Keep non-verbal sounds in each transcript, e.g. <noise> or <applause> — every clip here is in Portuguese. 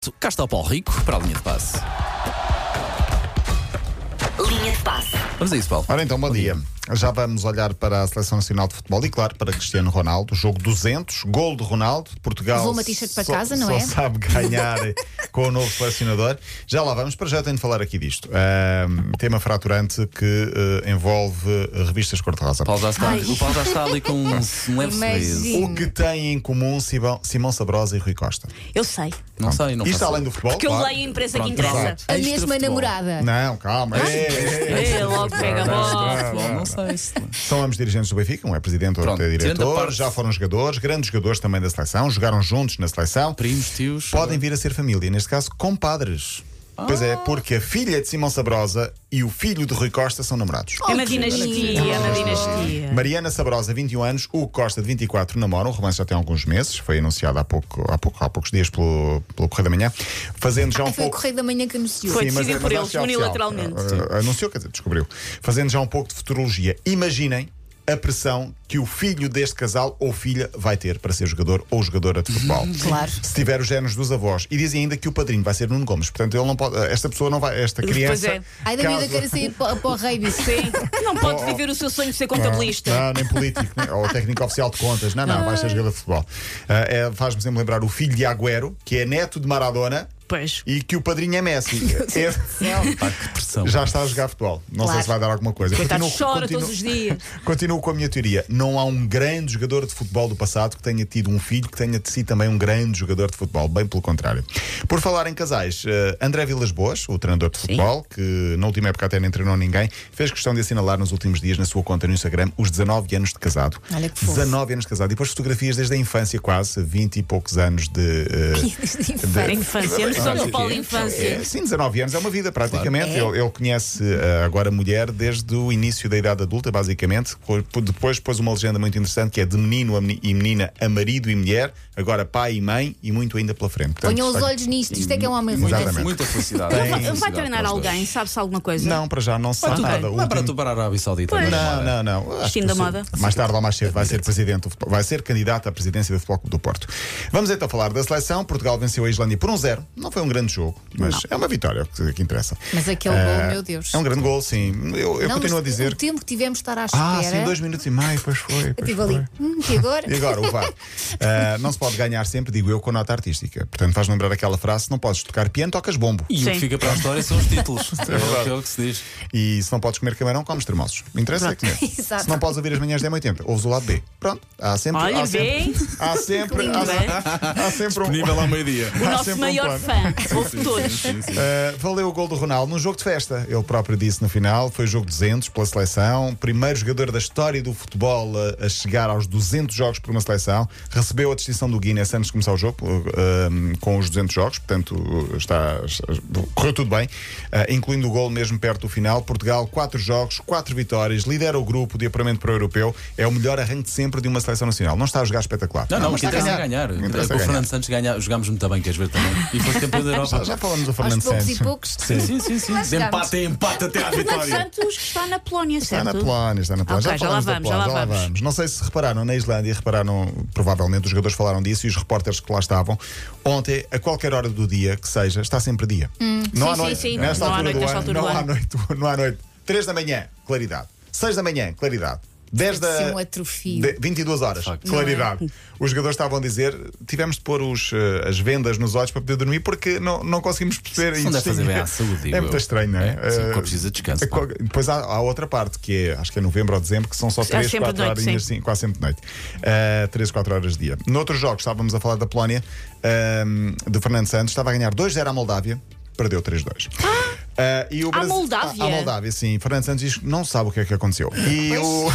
Entretanto, cá está o Paulo Rico para a linha de passe. Linha de passe. Vamos a isso, Paulo. Ora então, bom dia. Já vamos olhar para a Seleção Nacional de Futebol e, claro, para Cristiano Ronaldo. Jogo 200, gol de Ronaldo. Portugal Levou uma t-shirt para só- casa, não só é? sabe ganhar com o novo selecionador. Já lá vamos, para já tenho de falar aqui disto. Ahm, tema fraturante que eh, envolve eh, revistas cor-de-rosa. O Paulo já está, Ai. o Paulo já está ali com um, um leve sorriso. Imagina. O que têm em comum Simão, Simão Sabrosa e Rui Costa? Eu sei. Não sei, não Isto faço. além do futebol, Porque eu claro. leio a imprensa que Pronto, interessa. exato. Extra A mesma futebol. namorada. Não, calma. Ei, ei, ei. É, logo pega a bola. Futebol, Ah, não sei <laughs> se. São ambos dirigentes do Benfica, um é presidente, outro Pronto, é tirando a diretor. parte- Já foram jogadores, grandes jogadores também da seleção, jogaram juntos na seleção. Primos, tios. podem vir a ser família, neste caso compadres. Pois Ah. é, porque a filha de Simão Sabrosa e o filho de Rui Costa são namorados. É uma dinastia, é uma dinastia. Mariana Sabrosa, 21 anos, Hugo Costa, de 24, namoram. O romance já tem alguns meses, foi anunciado há, pouco, há, pouco, há poucos dias pelo, pelo Correio da Manhã, fazendo já um Ah, foi o pouco. Correio da Manhã que anunciou. Foi. Sim, mas- decidido mas por acho que é eles, oficial. unilateralmente. Ah, ah, anunciou, quer dizer, descobriu. Fazendo já um pouco de futurologia. Imaginem a pressão que o filho deste casal ou filha vai ter para ser jogador ou jogadora de futebol. Uhum. Claro. Se tiver os géneros dos avós. E dizem ainda que o padrinho vai ser Nuno Gomes. Portanto, ele não pode. ah, Esta pessoa não vai. Esta Pois criança. é. Ai, da vida caso- quero sair para, para o rei disso. Sim. Não pode viver o seu sonho de ser contabilista. Oh, Ah, Não, nem político, nem- ou técnico oficial de contas. Não, não, vai ser jogador de futebol. Ah, é, Faz-me sempre lembrar o filho de Agüero, que é neto de Maradona Pois. e que o padrinho <laughs> é Messi. Esse Pá, que pressão. já está a jogar futebol. Não sei Claro. se vai dar alguma coisa. Coitado, Continuo- chora continuo- todos os dias. Continuo com a minha teoria. Não há um grande jogador de futebol do passado que tenha tido um filho que tenha de si também um grande jogador de futebol. Bem pelo contrário. Por falar em casais, eh, André Vilas Boas, o treinador de futebol, que na última época até não treinou ninguém, fez questão de assinalar nos últimos dias na sua conta no Instagram os 19 anos de casado. Olha que fofo. 19 anos de casado. E depois fotografias desde a infância, quase 20 e poucos anos de. eh, A infância, a noção do Paulo é, Infância. sim, 19 anos é uma vida praticamente. Claro. Ele, ele conhece ah, agora a mulher desde o início da idade adulta, basicamente. Foi- pô- Depois pôs uma legenda muito interessante que é de menino a meni- e menina a marido e mulher, agora pai e mãe e muito ainda pela frente. Portanto, Ponham os está- olhos nisto, isto é que é um homem ruim. Exatamente. Muita felicidade. Ele vai- Muita Vai felicidade treinar para os dois. alguém, sabe-se alguma coisa? Não, para já não se Vai sabe tudo nada. bem. O Vai é para último- tu para a Arábia Saudita. é? mas Não, vai. não, não. Acho Fim que da o seu- moda. Mais tarde ou mais cedo vai ser presidente do futebol, vai ser candidato à presidência do Futebol Clube do Porto. Vamos então falar da seleção. Portugal venceu a Islândia por 1-0. Não foi um grande jogo, mas é uma vitória que, que interessa. Mas aquele Ah, gol, meu Deus. É um grande gol, sim. Eu, eu Não, continuo a mas dizer. O tempo que tivemos de estar à espera. Ah, sim, dois minutos e meio, pois foi. eu Pois estive foi. ali. Hum, e agora? E agora, o VAR. Ah, não se pode ganhar sempre, digo eu, com nota artística. Portanto, faz lembrar aquela frase: não podes tocar piano, tocas bombo. E o que Sim. fica para a história são os títulos. verdade. <laughs> é, o que- é o que se diz. E se não podes comer camarão, comes termoços. Interessa é comer. <laughs> Exato. Se não podes ouvir as manhãs de 80 é ouves o lado B. Pronto, há sempre. Olha, há bem. sempre, há sempre, Lindo, há, é? há sempre um. Disponível ao <laughs> meio-dia. O há nosso sempre um maior plano. fã. Ouve todos. Sim, sim. Uh, valeu o gol do Ronaldo num jogo de festa. Ele próprio disse no final: foi jogo 200 pela seleção. Primeiro jogador da história do futebol a, a chegar aos 200 jogos por uma seleção. Recebeu a distinção do Guinness antes de começar o jogo, uh, um, com os 200 jogos. Portanto, uh, está, está- correu tudo bem, uh, incluindo o gol mesmo perto do final. Portugal, 4 jogos, 4 vitórias, lidera o grupo de apuramento para o europeu. É o melhor arranque de sempre de uma seleção nacional. Não está a jogar espetacular. Não, não, o mas que está a interessa é ganhar. O que Com interessa o é ganhar. Fernando Santos ganha, jogámos muito bem, queres ver também? E foi campeão <laughs> da Já, Europa. já falamos do Aos Fernando poucos Santos. e poucos. Sim, sim, sim, sim. Mas De empate em empate até à Fernando vitória. Santos que está na Polónia, Está na certo? Polónia, está na Polónia. Ok, já lá falamos da vamos, Polónia, já lá vamos. Não sei se repararam, na Islândia repararam, provavelmente os jogadores falaram disso e os repórteres que lá estavam. Ontem, a qualquer hora do dia que seja, está sempre dia. Hum, sim, há sim, noite. sim. Nesta Não há altura noite, do nesta ano, altura do não há ano. noite, não há noite. 3 da manhã, claridade. 6 da manhã, claridade. 10 Deve da. ser um atrofio. de- 22 horas, facto. claridade. é? Os jogadores estavam a dizer: tivemos de pôr os, eh, as vendas nos olhos para poder dormir porque não, não conseguimos perceber Isso não deve isto. fazer bem <laughs> à saúde, digo É muito eu. estranho, não é? É, sim, o Eh, corpo precisa de descanso, é pá. co- depois há, há outra parte, que é, acho que é novembro ou dezembro, que são só É 3, sempre 4 de noite, horinhas, sim. sim, quase sempre de noite. 3, 4 horas de dia. Noutros jogos, estávamos a falar da Polónia, ah, do Fernando Santos, estava a ganhar 2-0 à Moldávia, perdeu 3-2. Ah, e o À Moldávia? À, à Moldávia, sim. Fernando Santos diz que não sabe o que é que aconteceu. E, o,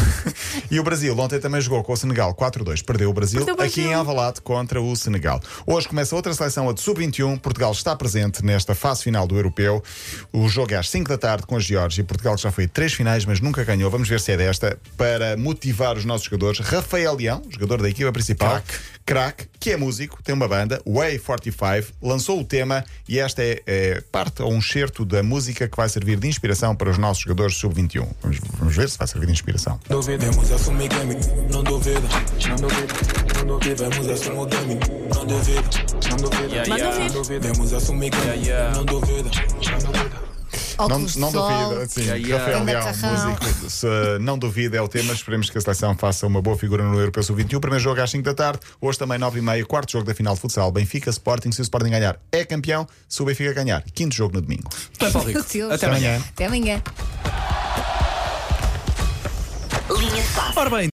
<laughs> e o Brasil ontem também jogou com o Senegal 4-2, perdeu o Brasil Perdeu o aqui Brasil. em Alvalade contra o Senegal. Hoje começa outra seleção, a de sub-21. Portugal está presente nesta fase final do europeu. O jogo é às 5 da tarde com a Geórgia. Portugal já foi a três finais, mas nunca ganhou. Vamos ver se é desta para motivar os nossos jogadores. Rafael Leão, jogador da equipa principal, craque, que é músico, tem uma banda, Way 45, lançou o tema e esta é, é parte ou um certo da música que vai servir de inspiração para os nossos jogadores sub-21. Vamos, vamos ver se vai servir de inspiração. Devemos assumir game, não duvida. Não duvida. Não duvida. Devemos assumir game, não duvida. Não duvida. Manda yeah. ouvir. Devemos assumir game, não duvida. Não duvida. Não, Óculos não de sol. duvida, sim. Yeah, yeah. Rafael Ganda Leal, carrão. músico. Se não duvida é o tema, esperemos que a seleção faça uma boa figura no Europeu Sub-21. Primeiro jogo às 5 da tarde, hoje também 9 e meia, quarto jogo da final de futsal. Benfica Sporting, se o Sporting ganhar, é campeão, se o Benfica ganhar, quinto jogo no domingo. Então é, Paulo Rico. Meu Deus. Até amanhã. Até amanhã. Linha de passe. Ora bem,